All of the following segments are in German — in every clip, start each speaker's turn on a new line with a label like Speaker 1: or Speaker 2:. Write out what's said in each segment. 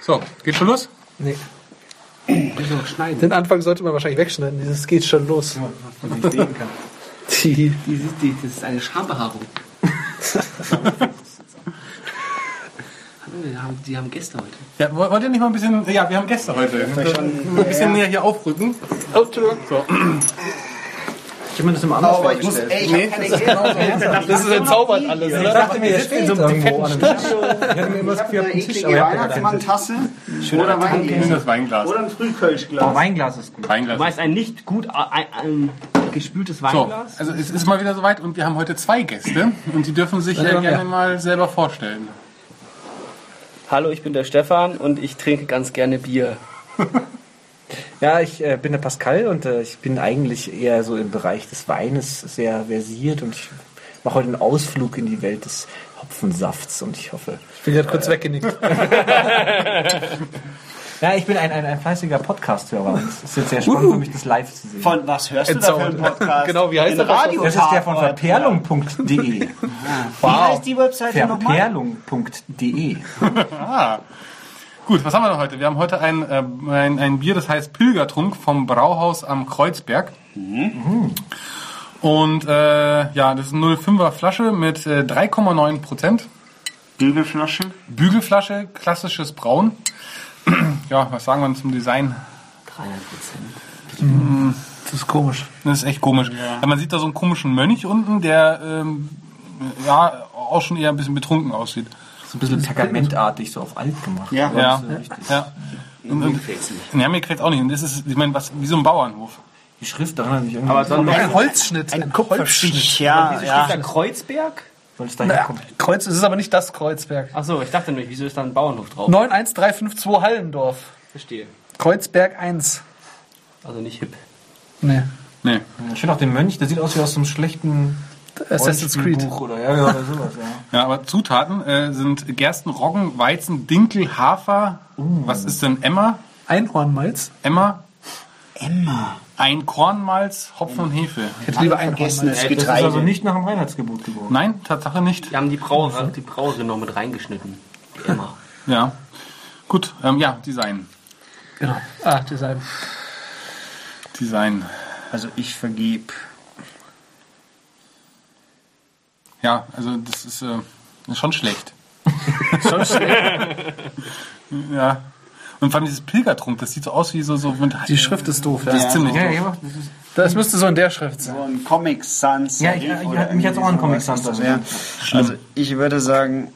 Speaker 1: So, geht schon los?
Speaker 2: Nee.
Speaker 3: Müssen noch schneiden.
Speaker 2: Den Anfang sollte man wahrscheinlich wegschneiden. Dieses geht schon los.
Speaker 3: Ja, was man nicht sehen kann.
Speaker 2: Die,
Speaker 3: Die, die, das ist eine Schambehaarung. die, haben, die haben Gäste heute.
Speaker 1: Ja, wo- wollt ihr nicht mal ein bisschen. Ja, wir haben Gäste heute. ein bisschen näher hier aufrücken.
Speaker 4: Ich habe mir das immer anders
Speaker 5: Aber ich muss
Speaker 4: vorgestellt.
Speaker 5: ey, ich hab keine Gäste.
Speaker 2: das ist entzaubert alles, oder?
Speaker 4: dachte mir, jetzt in so einem fetten Studio. Ich hatte mir immer das Gefühl,
Speaker 5: Eine
Speaker 4: auf dem Tisch,
Speaker 5: eklige
Speaker 4: aber ich hab da gar nicht.
Speaker 5: Weihnachtsmann-Tasse oder
Speaker 1: Nimm
Speaker 5: Weingläser.
Speaker 1: das Weinglas.
Speaker 5: Oder ein Frühkölschglas.
Speaker 4: Oh, Weinglas ist gut.
Speaker 1: Weinglas.
Speaker 3: Du weißt, ein nicht gut a- ein, ein gespültes
Speaker 1: So,
Speaker 3: Weinglas.
Speaker 1: also es ist mal wieder soweit und wir haben heute zwei Gäste und die dürfen sich ja
Speaker 2: haben wir.
Speaker 1: gerne mal selber vorstellen.
Speaker 3: Hallo, ich bin der Stefan und ich trinke ganz gerne Bier.
Speaker 4: Ja, ich äh, bin der Pascal und äh, ich bin eigentlich eher so im Bereich des Weines sehr versiert und ich mache heute einen Ausflug in die Welt des Hopfensafts und ich hoffe.
Speaker 2: Ich bin gerade kurz weggenickt.
Speaker 4: Ja, ich bin ein, ein, ein fleißiger Podcast-Hörer und es ist jetzt sehr spannend für mich, das live zu sehen.
Speaker 5: Von was hörst du da für einen
Speaker 2: Entzaubert.
Speaker 5: Podcast?
Speaker 2: Genau, wie heißt
Speaker 5: Den
Speaker 2: der Podcast?
Speaker 5: Radio
Speaker 4: das ist der von
Speaker 5: Tatort.
Speaker 4: verperlung.de.
Speaker 5: Wie heißt die Webseite nochmal?
Speaker 4: Verperlung.de.
Speaker 1: Ah. Gut, was haben wir noch heute? Wir haben heute ein, äh, ein, ein Bier, das heißt Pilgertrunk vom Brauhaus am Kreuzberg.
Speaker 4: Mhm.
Speaker 1: Und äh, ja, das ist eine 05er Flasche mit äh, 3,9 Prozent.
Speaker 5: Dügelflaschen.
Speaker 1: Bügelflasche, klassisches Braun. ja, was sagen wir denn zum Design?
Speaker 3: 300 Prozent.
Speaker 2: Das ist komisch.
Speaker 1: Das ist echt komisch. Ja. Man sieht da so einen komischen Mönch unten, der ähm, ja auch schon eher ein bisschen betrunken aussieht.
Speaker 4: So ein bisschen pergamentartig, so auf alt gemacht.
Speaker 5: Ja.
Speaker 4: Aber
Speaker 1: Ja.
Speaker 4: das ist richtig.
Speaker 1: Ja. Und, und, ja, mir gefällt auch nicht. Und das ist, ich meine, was wie so ein Bauernhof.
Speaker 4: Die Schrift erinnert mich irgendwie. Aber
Speaker 3: Dann noch
Speaker 2: Ein Holzschnitt. Ein Kupferschnitt.
Speaker 5: Ja, ja.
Speaker 3: der Kreuzberg?
Speaker 4: soll es daher kommen?
Speaker 2: Kreuz, es ist aber nicht das Kreuzberg.
Speaker 3: Achso, ich dachte nämlich, wieso ist da ein Bauernhof drauf?
Speaker 2: 91352 Hallendorf.
Speaker 3: Verstehe.
Speaker 2: Kreuzberg 1.
Speaker 3: Also nicht hip.
Speaker 2: Nee.
Speaker 1: Nee.
Speaker 4: Ich finde auch den Mönch, der sieht aus wie aus einem schlechten
Speaker 2: Assassin's Creed.
Speaker 4: Buch oder, ja, ja, oder sowas. Ja.
Speaker 1: Ja, aber Zutaten äh, sind Gersten, Roggen, Weizen, Dinkel, Hafer. Was ist denn Emma?
Speaker 2: Einhornmalz.
Speaker 1: Emma? Emma. Ein Kornmalz, Hopfen und Hefe.
Speaker 2: Ich hätte lieber
Speaker 5: Vergessen
Speaker 2: Einhornmalz.
Speaker 5: das
Speaker 4: Das ist also
Speaker 5: Getreide.
Speaker 4: nicht nach dem Reinheitsgebot geboren.
Speaker 1: Nein, Tatsache nicht.
Speaker 3: Die haben die Brause, die Brause noch mit reingeschnitten. Wie Immer.
Speaker 1: Ja. Gut, ähm, ja, Design.
Speaker 2: Genau. Ah, Design.
Speaker 1: Design.
Speaker 5: Also ich vergebe.
Speaker 1: Ja, also das ist äh, schon schlecht.
Speaker 2: Schon schlecht.
Speaker 1: Ja. Und vor allem dieses Pilgertrunk, das sieht so aus wie so, so mit
Speaker 2: Die Schrift ist doof.
Speaker 1: Das ist
Speaker 2: Ja.
Speaker 1: ziemlich.
Speaker 4: Ja,
Speaker 1: doof.
Speaker 4: ja, aber das ist,
Speaker 2: Das müsste so in der Schrift sein.
Speaker 5: So ein Comic Sans.
Speaker 4: ja, ich, ich, hatte mich jetzt auch an Comic Sans
Speaker 5: Ja.
Speaker 4: erinnert.
Speaker 5: Also ich würde sagen,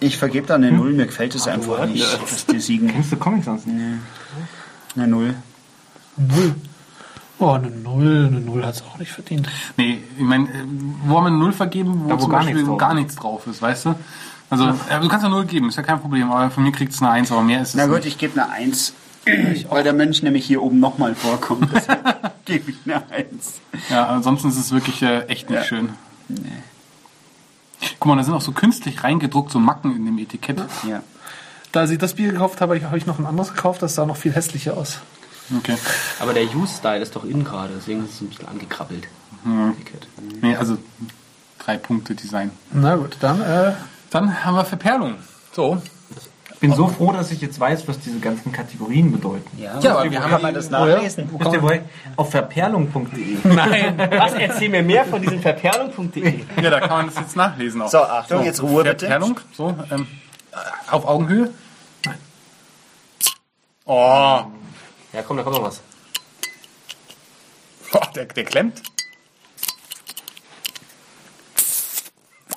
Speaker 5: ich vergebe da eine Null. Mir gefällt es einfach nicht, dass die siegen.
Speaker 4: Kennst du Comic Sans nicht?
Speaker 5: Eine Null.
Speaker 2: Null. Oh, eine Null. Eine Null hat es auch nicht verdient.
Speaker 1: Nee, ich meine, äh, wo haben wir eine Null vergeben, wo,
Speaker 4: Da, wo
Speaker 1: zum
Speaker 4: gar
Speaker 1: Beispiel
Speaker 4: nichts drauf
Speaker 1: gar nichts drauf ist, weißt du? Also, äh, du kannst ja Null geben, ist ja kein Problem, aber von mir kriegt es eine Eins, aber mehr ist es
Speaker 5: Na gut,
Speaker 1: nicht.
Speaker 5: ich gebe eine Eins. Weil der Mönch nämlich hier oben nochmal vorkommt. Deshalb gebe ich eine Eins.
Speaker 1: Ja, ansonsten ist es wirklich äh, echt nicht schön. Nee. Guck mal, da sind auch so künstlich reingedruckt so Macken in dem Etikett.
Speaker 5: Ja.
Speaker 2: Da sie das Bier gekauft habe, habe ich noch ein anderes gekauft. Das sah noch viel hässlicher aus.
Speaker 1: Okay.
Speaker 3: Aber der Use-Style ist doch innen gerade, deswegen ist es ein bisschen angekrabbelt. Mhm.
Speaker 1: Nee, also drei Punkte Design.
Speaker 2: Na gut, dann äh,
Speaker 1: Dann haben wir Verperlung. So.
Speaker 4: Ich bin so froh, dass ich jetzt weiß, was diese ganzen Kategorien bedeuten.
Speaker 1: Ja, aber wir haben
Speaker 5: das nachlesen?
Speaker 4: Wisst ihr, wo ich- auf verperlung.de.
Speaker 3: Was? Erzähl mir mehr von diesem verperlung.de.
Speaker 1: Ja, da kann man das jetzt nachlesen auch.
Speaker 5: So, Achtung, jetzt Ruhe bitte.
Speaker 1: Verperlung, so, ähm, äh, auf Augenhöhe. Nein. Oh,
Speaker 3: Ja, komm, da kommt noch was.
Speaker 1: boah, der, der klemmt.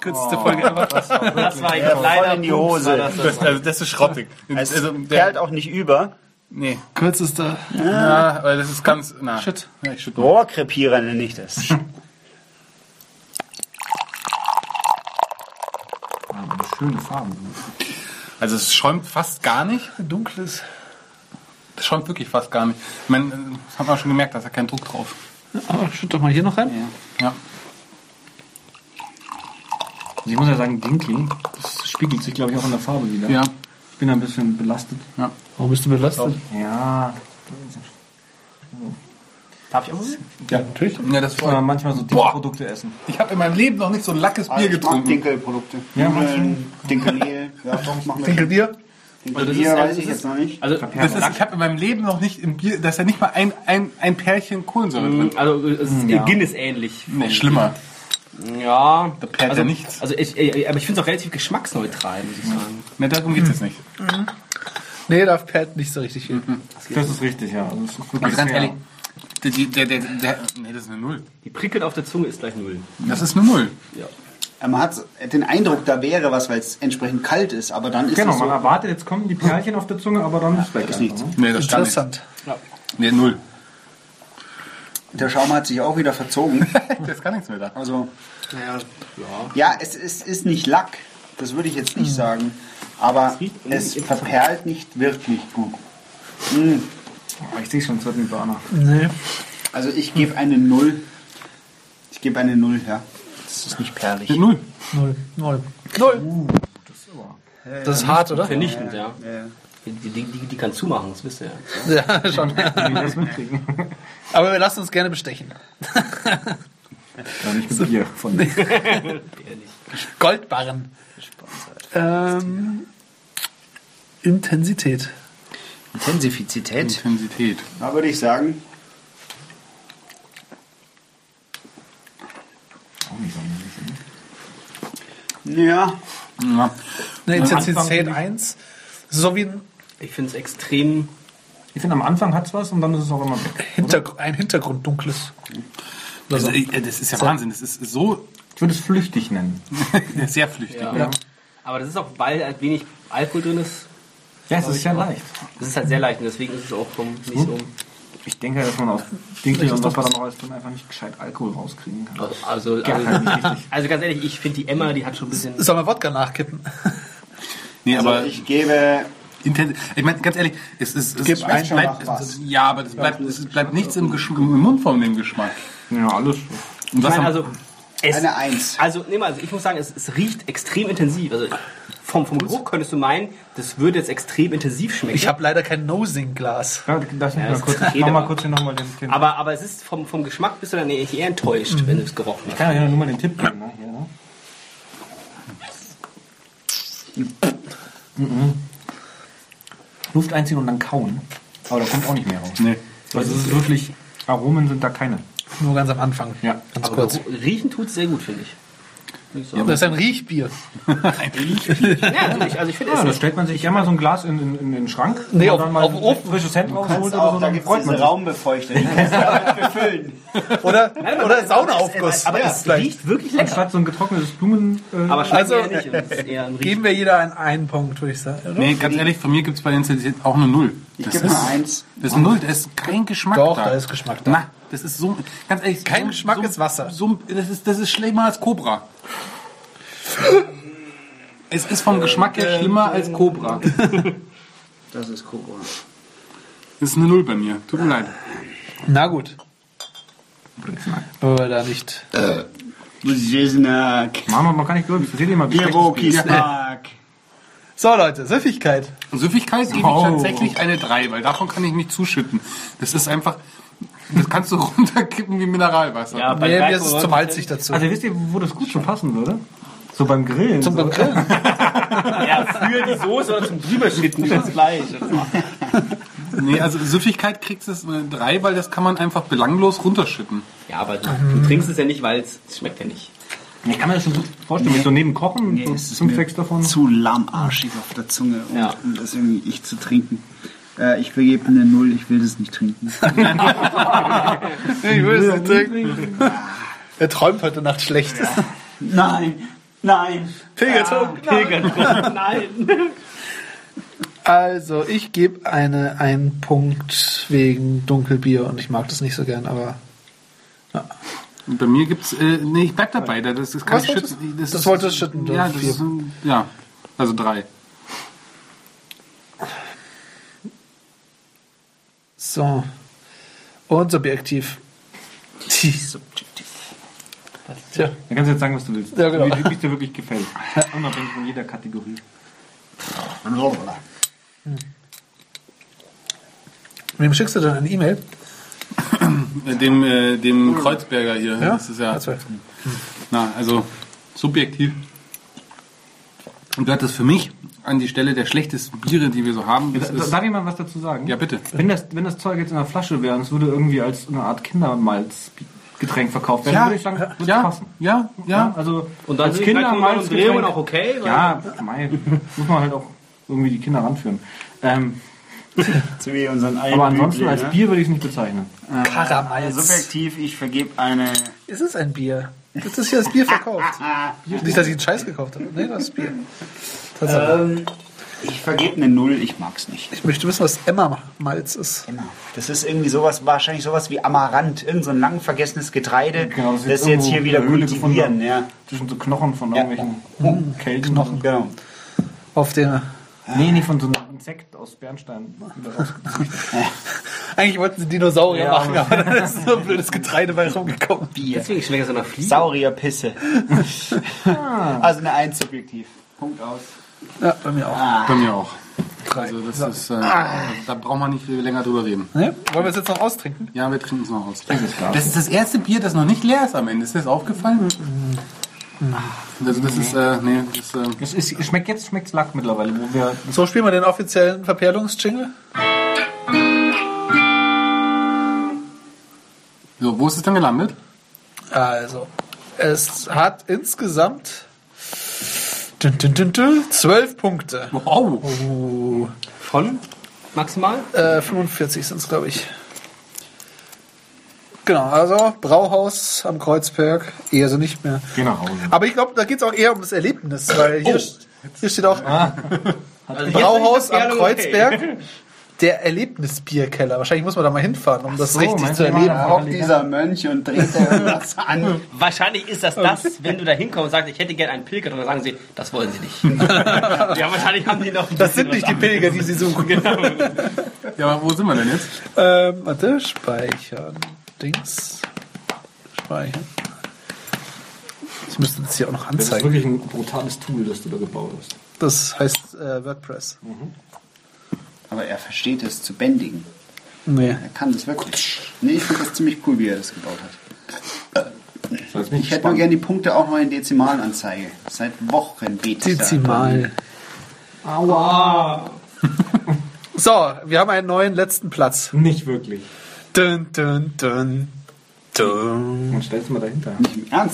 Speaker 2: kürzeste Folge ever.
Speaker 3: Das war ein
Speaker 5: Voll in die Hose.
Speaker 1: Das, also das ist schrottig.
Speaker 5: Es
Speaker 1: also,
Speaker 5: perlt auch nicht über.
Speaker 1: nee,
Speaker 2: Kürzester.
Speaker 1: ja, aber das ist ganz... Na.
Speaker 2: Ah, Shit.
Speaker 1: Ja, ich schütt mal.
Speaker 5: Rohrkrepierer nenne ich das.
Speaker 4: Ah, Schöne Farben.
Speaker 1: Also es schäumt fast gar nicht.
Speaker 2: Dunkles.
Speaker 1: Das schäumt wirklich fast gar nicht. Ich meine, äh, das hat man schon gemerkt, da ist ja kein Druck drauf.
Speaker 2: Aber Ah, schütt doch mal hier noch rein.
Speaker 1: Ja.
Speaker 4: Also ich muss ja sagen, Dinkel, das spiegelt sich, glaube ich, auch in der Farbe wieder.
Speaker 1: Ja.
Speaker 4: Ich bin ein bisschen belastet.
Speaker 2: Warum bist du belastet?
Speaker 4: Ja.
Speaker 3: Darf ich auch was?
Speaker 1: Ja, natürlich. Ja, das
Speaker 4: Oder manchmal so
Speaker 1: Boah.
Speaker 4: Dinkelprodukte essen.
Speaker 1: ich habe in meinem Leben noch Ah, nicht so ein lackes Bier getrunken.
Speaker 5: Dinkelprodukte. Nudeln, Dinkelmehl. Ja, doch, machen wir.
Speaker 2: Dinkelbier.
Speaker 5: Den
Speaker 3: Also das
Speaker 5: Bier
Speaker 3: ist-
Speaker 5: weiß ich
Speaker 3: das
Speaker 5: jetzt
Speaker 3: ist-
Speaker 5: noch nicht.
Speaker 3: Also,
Speaker 1: Das ist, ich habe in meinem Leben noch nicht im Bier, da ist ja nicht mal ein, ein, ein Pärchen Kohlensäure drin.
Speaker 3: also es ist, Guinness ähnlich.
Speaker 1: Nee, schlimmer.
Speaker 3: Ja.
Speaker 1: Mm. Da perlt
Speaker 3: also,
Speaker 1: ja nichts.
Speaker 3: Also ich, ich- aber ich finde es auch relativ geschmacksneutral, muss ich sagen.
Speaker 1: Ne, darum geht's jetzt nicht.
Speaker 2: Nee, da fällt nicht so richtig
Speaker 4: Hm,
Speaker 2: viel.
Speaker 4: Das ist richtig, ja. Das ist gut
Speaker 1: Also ganz
Speaker 4: bisher.
Speaker 1: ehrlich, der, der, der, der, nee, das ist eine Null.
Speaker 3: Die prickelt auf der Zunge ist gleich null.
Speaker 1: Das ist eine Null.
Speaker 3: Ja.
Speaker 5: Man hat Ähm, äh, den Eindruck, da wäre was, weil es entsprechend kalt ist, aber dann ist
Speaker 4: Genau,
Speaker 5: es so.
Speaker 4: man erwartet, jetzt kommen die Perlchen auf der Zunge, aber dann ist weg. einfach,
Speaker 5: ist nichts.
Speaker 4: ne?
Speaker 1: Nee, das stand nicht.
Speaker 2: Interessant.
Speaker 1: Nee, Null.
Speaker 5: Der Schaum hat sich auch wieder verzogen.
Speaker 1: Da ist gar nichts mehr da.
Speaker 5: Also, ja, es, es ist nicht Lack, das würde ich jetzt nicht sagen, aber
Speaker 3: riecht irgendwie
Speaker 5: es
Speaker 3: interessant.
Speaker 5: verperlt nicht wirklich gut. Hm,
Speaker 4: Oh, ich sehe schon, es wird ein Burner.
Speaker 2: Nee.
Speaker 5: Also ich gebe eine Null. Ich gebe eine Null, ja. Das ist nicht perlig.
Speaker 1: Eine Null.
Speaker 2: Null. Null. Null.
Speaker 4: Uh,
Speaker 2: das ist hart, oder?
Speaker 3: Vernichtend, ja.
Speaker 5: Ja.
Speaker 3: Die, die, die, die kann zumachen, das wisst ihr ja.
Speaker 2: Ja, schon.
Speaker 4: Wie wir das mitkriegen.
Speaker 2: Aber wir lassen uns gerne bestechen.
Speaker 4: Ja, nicht mit Bier von mir.
Speaker 2: Goldbarren. Ähm, Intensität.
Speaker 6: Intensifizität.
Speaker 1: Intensität.
Speaker 5: Da würde ich sagen, ja,
Speaker 1: Ja.
Speaker 2: Eine
Speaker 4: Am Anfang
Speaker 2: Intensität
Speaker 4: nicht.
Speaker 2: 1. So wie ein,
Speaker 3: Ich finde es extrem.
Speaker 4: Ich finde, am Anfang hat es was und dann ist es auch immer weg.
Speaker 2: Hintergr ein Hintergrund dunkles.
Speaker 1: Also, äh, das ist ja Wahnsinn. Das ist so
Speaker 4: Ich würde es flüchtig nennen.
Speaker 1: sehr flüchtig.
Speaker 3: Ja. Aber das ist auch, weil halt wenig Alkohol drin ist.
Speaker 4: Ja, es ist ja leicht.
Speaker 3: Das ist halt sehr leicht und deswegen ist es auch vom, nicht
Speaker 2: Hm?
Speaker 3: so.
Speaker 4: Ich denke, dass man aus Dinkel und was man dann auch alles drin einfach nicht gescheit Alkohol rauskriegen kann.
Speaker 3: Also, also,
Speaker 4: halt nicht
Speaker 3: also,
Speaker 4: richtig.
Speaker 3: also ganz ehrlich, ich finde die Emma, die hat schon ein bisschen.
Speaker 2: Soll man Wodka nachkippen?
Speaker 1: Nee,
Speaker 5: also
Speaker 1: aber
Speaker 5: ich gebe
Speaker 1: Intensi- Ich meine, ganz ehrlich, es ist. Es
Speaker 5: Gib
Speaker 1: bleibt,
Speaker 5: schon
Speaker 1: bleibt,
Speaker 5: nach
Speaker 1: es, ja, aber es bleibt, es bleibt nichts im, Gesch im Mund von dem Geschmack.
Speaker 4: Ja, alles.
Speaker 1: Und
Speaker 3: Ich
Speaker 1: was
Speaker 3: meine,
Speaker 1: haben-
Speaker 3: also, es,
Speaker 5: eine Eins.
Speaker 3: also, nee, mal, also ich muss sagen, es, es riecht extrem intensiv. Also vom, vom Geruch könntest du meinen, das würde jetzt extrem intensiv schmecken.
Speaker 2: Ich habe leider kein Nosing-Glas.
Speaker 4: Ja, lass mich
Speaker 3: Ja,
Speaker 4: mal
Speaker 3: das
Speaker 4: kurz,
Speaker 3: kriegt
Speaker 4: ich mach
Speaker 3: jeder.
Speaker 4: mal kurz hier nochmal den, den
Speaker 3: aber, aber es ist vom, vom Geschmack bist du dann eher eher enttäuscht,
Speaker 2: Mhm.
Speaker 3: wenn du es gerochen hast.
Speaker 4: kann ja nur mal den Tipp geben, ne? Hier, ne? Mhm. Luft einziehen und dann kauen. Aber da kommt auch nicht mehr raus.
Speaker 1: nee.
Speaker 4: Also es ist wirklich, Aromen sind da keine.
Speaker 2: Nur ganz am Anfang.
Speaker 4: Ja.
Speaker 2: ganz
Speaker 3: Aber
Speaker 2: kurz.
Speaker 3: geruch- Also, riechen tut es sehr gut, finde ich.
Speaker 2: Das ist ein Riechbier.
Speaker 3: Ja, natürlich. Also ich
Speaker 2: Ah,
Speaker 3: finde
Speaker 4: Ja, da
Speaker 3: es.
Speaker 4: stellt man sich ja mal so ein Glas in, in, in den Schrank.
Speaker 2: Nee,
Speaker 4: und
Speaker 2: auf- auf
Speaker 4: ein
Speaker 2: den Ofen.
Speaker 4: Frisches Hemd rausholt
Speaker 5: Kannst
Speaker 4: oder
Speaker 5: auch,
Speaker 4: Also, so.
Speaker 5: da
Speaker 4: Dann
Speaker 5: gibt
Speaker 4: freut
Speaker 5: es
Speaker 4: man
Speaker 5: diese
Speaker 4: sich.
Speaker 5: Raumbefeuchter, die kannst du damit befüllen.
Speaker 2: Oder, oder Saunaaufguss.
Speaker 3: Aber es
Speaker 2: Vielleicht.
Speaker 3: riecht wirklich lecker.
Speaker 4: Anstatt so ein getrocknetes Blumen... Äh,
Speaker 3: Aber schmeckt
Speaker 2: Also-
Speaker 3: also, eher nicht. Und es ist eher ein Riechen.
Speaker 2: Geben wir jeder einen, einen Punkt, würde ich sagen. oder?
Speaker 1: nee, ganz ehrlich, von mir gibt es bei der Intensität auch eine Null.
Speaker 5: Ich
Speaker 1: Das
Speaker 5: gebe
Speaker 1: ist-
Speaker 5: eine Eins.
Speaker 1: Das ist null, da ist kein Geschmack
Speaker 2: Doch,
Speaker 1: da.
Speaker 2: da ist Geschmack da.
Speaker 1: Na, das ist so, ganz ehrlich.
Speaker 2: Kein
Speaker 1: so,
Speaker 2: Geschmack
Speaker 1: so,
Speaker 2: ist Wasser.
Speaker 1: So, das ist, das ist schlimmer als Cobra. es ist vom Geschmack her schlimmer als Cobra. Das
Speaker 5: Das ist Coco.
Speaker 1: ist eine Null bei mir. Tut mir leid.
Speaker 2: Na gut. Wenn wir da nicht.
Speaker 5: Snack.
Speaker 4: Mama, man kann nicht glücklich. Seht ihr mal, wie schlecht das Bier
Speaker 5: Biroki
Speaker 4: ist.
Speaker 5: Snack.
Speaker 2: So, Leute, Süffigkeit.
Speaker 1: Süffigkeit gebe
Speaker 4: Oh.
Speaker 1: ich tatsächlich eine 3, weil davon kann ich mich zuschütten. Das ist einfach, das kannst du runterkippen wie Mineralwasser.
Speaker 3: Ja, bei
Speaker 2: Nee, mir
Speaker 3: Berg-
Speaker 2: ist es zu malzig dazu.
Speaker 4: Also wisst ihr, wo das gut schon passen würde? So beim Grillen.
Speaker 2: Zum
Speaker 4: so.
Speaker 2: Grillen.
Speaker 3: Ja, für die Soße oder zum Drüberschnitten über das Fleisch.
Speaker 1: Nee, also Süffigkeit kriegst du eine 3, weil das kann man einfach belanglos runterschütten.
Speaker 3: Ja, aber du, du trinkst es ja nicht, weil es es schmeckt ja nicht.
Speaker 4: Ich kann mir das schon gut vorstellen. mit So neben Kochen, so fünf, sechs davon.
Speaker 5: zu lahmarschig auf der Zunge, um,
Speaker 3: Ja.
Speaker 5: um das irgendwie nicht zu trinken. Äh, ich vergebe eine Null, ich will das nicht trinken.
Speaker 2: Ich will es nicht trinken. Er träumt heute Nacht schlecht.
Speaker 5: nein, nein.
Speaker 2: Pilgertum.
Speaker 3: Nein.
Speaker 2: Also, ich gebe eine einen Punkt wegen Dunkelbier und ich mag das nicht so gern, aber.
Speaker 1: Und bei mir gibt's, äh, nee, ich bleib dabei, da- das, das kann
Speaker 2: Was
Speaker 1: ich
Speaker 2: wolltest-
Speaker 1: schütten.
Speaker 2: das wolltest du schütten,
Speaker 1: Ja,
Speaker 2: das
Speaker 1: das
Speaker 2: Bier.
Speaker 1: ist, ein- ja, also 3.
Speaker 2: So. Und subjektiv. Tja. Tja.
Speaker 4: Da kannst du jetzt sagen, was du willst.
Speaker 2: Ja, genau.
Speaker 4: Wie wie es dir wirklich gefällt. Unabhängig von jeder Kategorie.
Speaker 2: Wem schickst du denn eine E-Mail?
Speaker 1: Dem, äh, dem Kreuzberger hier, das ist ja, also,
Speaker 2: Das war-
Speaker 1: na, also subjektiv. Und du hattest für mich an die Stelle der schlechtesten Biere, die wir so haben. Das ist,
Speaker 4: Darf ich mal was dazu sagen?
Speaker 1: ja, bitte.
Speaker 4: Wenn das, wenn das Zeug jetzt in einer Flasche wäre und es würde irgendwie als eine Art Kindermalzgetränk verkauft werden,
Speaker 1: Ja,
Speaker 4: würde ich sagen, würde
Speaker 1: ja,
Speaker 4: passen.
Speaker 1: ja, ja.
Speaker 4: Also
Speaker 3: Und dann
Speaker 4: als
Speaker 3: sind die
Speaker 4: Kindermalzgetränk.
Speaker 3: Umdrehungen auch okay? oder?
Speaker 4: Ja, mei, muss man halt auch irgendwie die Kinder ranführen. Ähm,
Speaker 5: Zu wir unseren eigenen
Speaker 4: aber ansonsten
Speaker 5: Üblen,
Speaker 4: als
Speaker 5: ne?
Speaker 4: Bier würde ich es nicht bezeichnen.
Speaker 2: Karamalz.
Speaker 5: Also Subjektiv, ich vergebe eine.
Speaker 2: Es ist ein Bier. Das ist ja das Bier verkauft. Nicht, dass ich einen Scheiß gekauft habe. Nee, das ist Bier.
Speaker 1: Äh.
Speaker 2: Tatsache.
Speaker 5: Ähm, ich vergebe eine Null, ich mag's nicht.
Speaker 2: Ich möchte wissen, was Emma-Malz ist.
Speaker 5: Genau. Das ist irgendwie sowas, wahrscheinlich sowas wie Amaranth, irgendein so ein lang vergessenes Getreide,
Speaker 4: Genau,
Speaker 5: das,
Speaker 4: das
Speaker 5: jetzt,
Speaker 4: ist irgendwo
Speaker 5: hier wieder
Speaker 4: in der Höhle
Speaker 5: kultivieren.
Speaker 4: gefunden.
Speaker 5: Ja.
Speaker 4: Zwischen so Knochen von
Speaker 5: Ja.
Speaker 4: irgendwelchen Kelchen.
Speaker 5: Genau.
Speaker 2: Auf den.
Speaker 4: Nee, nicht von so einem Insekt aus Bernstein. wieder rausgezogen.
Speaker 2: Eigentlich wollten sie Dinosaurier
Speaker 4: Ja.
Speaker 2: machen, aber dann ist so ein blödes Getreide bei rumgekommen.
Speaker 5: Bier.
Speaker 3: Deswegen schmeckt es so nach Fliegen.
Speaker 5: Saurierpisse. also eine Eins subjektiv. Punkt aus.
Speaker 2: Ja, bei mir auch.
Speaker 1: Bei mir auch. Also das ist, äh, da braucht man nicht viel länger drüber reden.
Speaker 2: Ne? Wollen wir es jetzt noch austrinken?
Speaker 1: Ja, wir trinken es noch aus. Das ist das erste Bier, das noch nicht leer ist am Ende. Ist dir das aufgefallen? Also das ist, äh, Mm, nee, das, äh,
Speaker 4: Es ist, schmeckt jetzt schmeckt's Lack mittlerweile, wo wir
Speaker 2: So spielen wir den offiziellen Verperlungsjingle.
Speaker 1: so, wo ist es denn gelandet?
Speaker 2: Also, es hat insgesamt dün, dün, dün, dün, 12 Punkte.
Speaker 1: Wow.
Speaker 2: Uh,
Speaker 3: Von maximal?
Speaker 2: äh, 45 sind es, glaube ich. Genau, also Brauhaus am Kreuzberg, eher so nicht mehr.
Speaker 4: gehen nach Hause. Oh.
Speaker 2: Aber ich glaube, da geht es auch eher um das Erlebnis, weil hier, hier steht auch
Speaker 4: Ah.
Speaker 3: Also,
Speaker 2: Brauhaus am Kreuzberg, der Erlebnisbierkeller. Wahrscheinlich muss man da mal hinfahren, um das
Speaker 4: so,
Speaker 2: richtig
Speaker 4: meinst
Speaker 2: zu
Speaker 4: du, man
Speaker 2: erleben.
Speaker 4: da-
Speaker 5: Auch dieser Mönch und dreht da irgendwas an.
Speaker 3: Wahrscheinlich ist das das, wenn du da hinkommst und sagst, ich hätte gerne einen Pilger, dann sagen sie, das wollen sie nicht. ja, wahrscheinlich haben die noch. ein
Speaker 2: Das sind nicht
Speaker 3: bisschen
Speaker 2: die
Speaker 3: was Genau.
Speaker 2: Pilger, die sie suchen.
Speaker 1: Ja, aber wo sind wir denn jetzt?
Speaker 2: Ähm, warte, speichern. Dings. Speichern. Ich müsste das hier auch noch
Speaker 4: Das ist
Speaker 2: anzeigen.
Speaker 4: wirklich ein brutales Tool, das du da gebaut hast.
Speaker 2: Das heißt äh, WordPress.
Speaker 5: Aber er versteht es zu bändigen.
Speaker 2: Nee.
Speaker 5: Er kann das wirklich. Nee, ich finde das ziemlich cool, wie er das gebaut hat.
Speaker 4: Das heißt
Speaker 5: Ich hätte nur gerne die Punkte auch noch in Dezimalen anzeige. Seit Wochen bete ich da.
Speaker 2: Dezimal.
Speaker 4: Aua!
Speaker 2: So, wir haben einen neuen letzten Platz.
Speaker 4: Nicht wirklich.
Speaker 2: Dun, dun, dun, dun.
Speaker 4: Man stellt es mal dahinter.
Speaker 5: Im Ernst?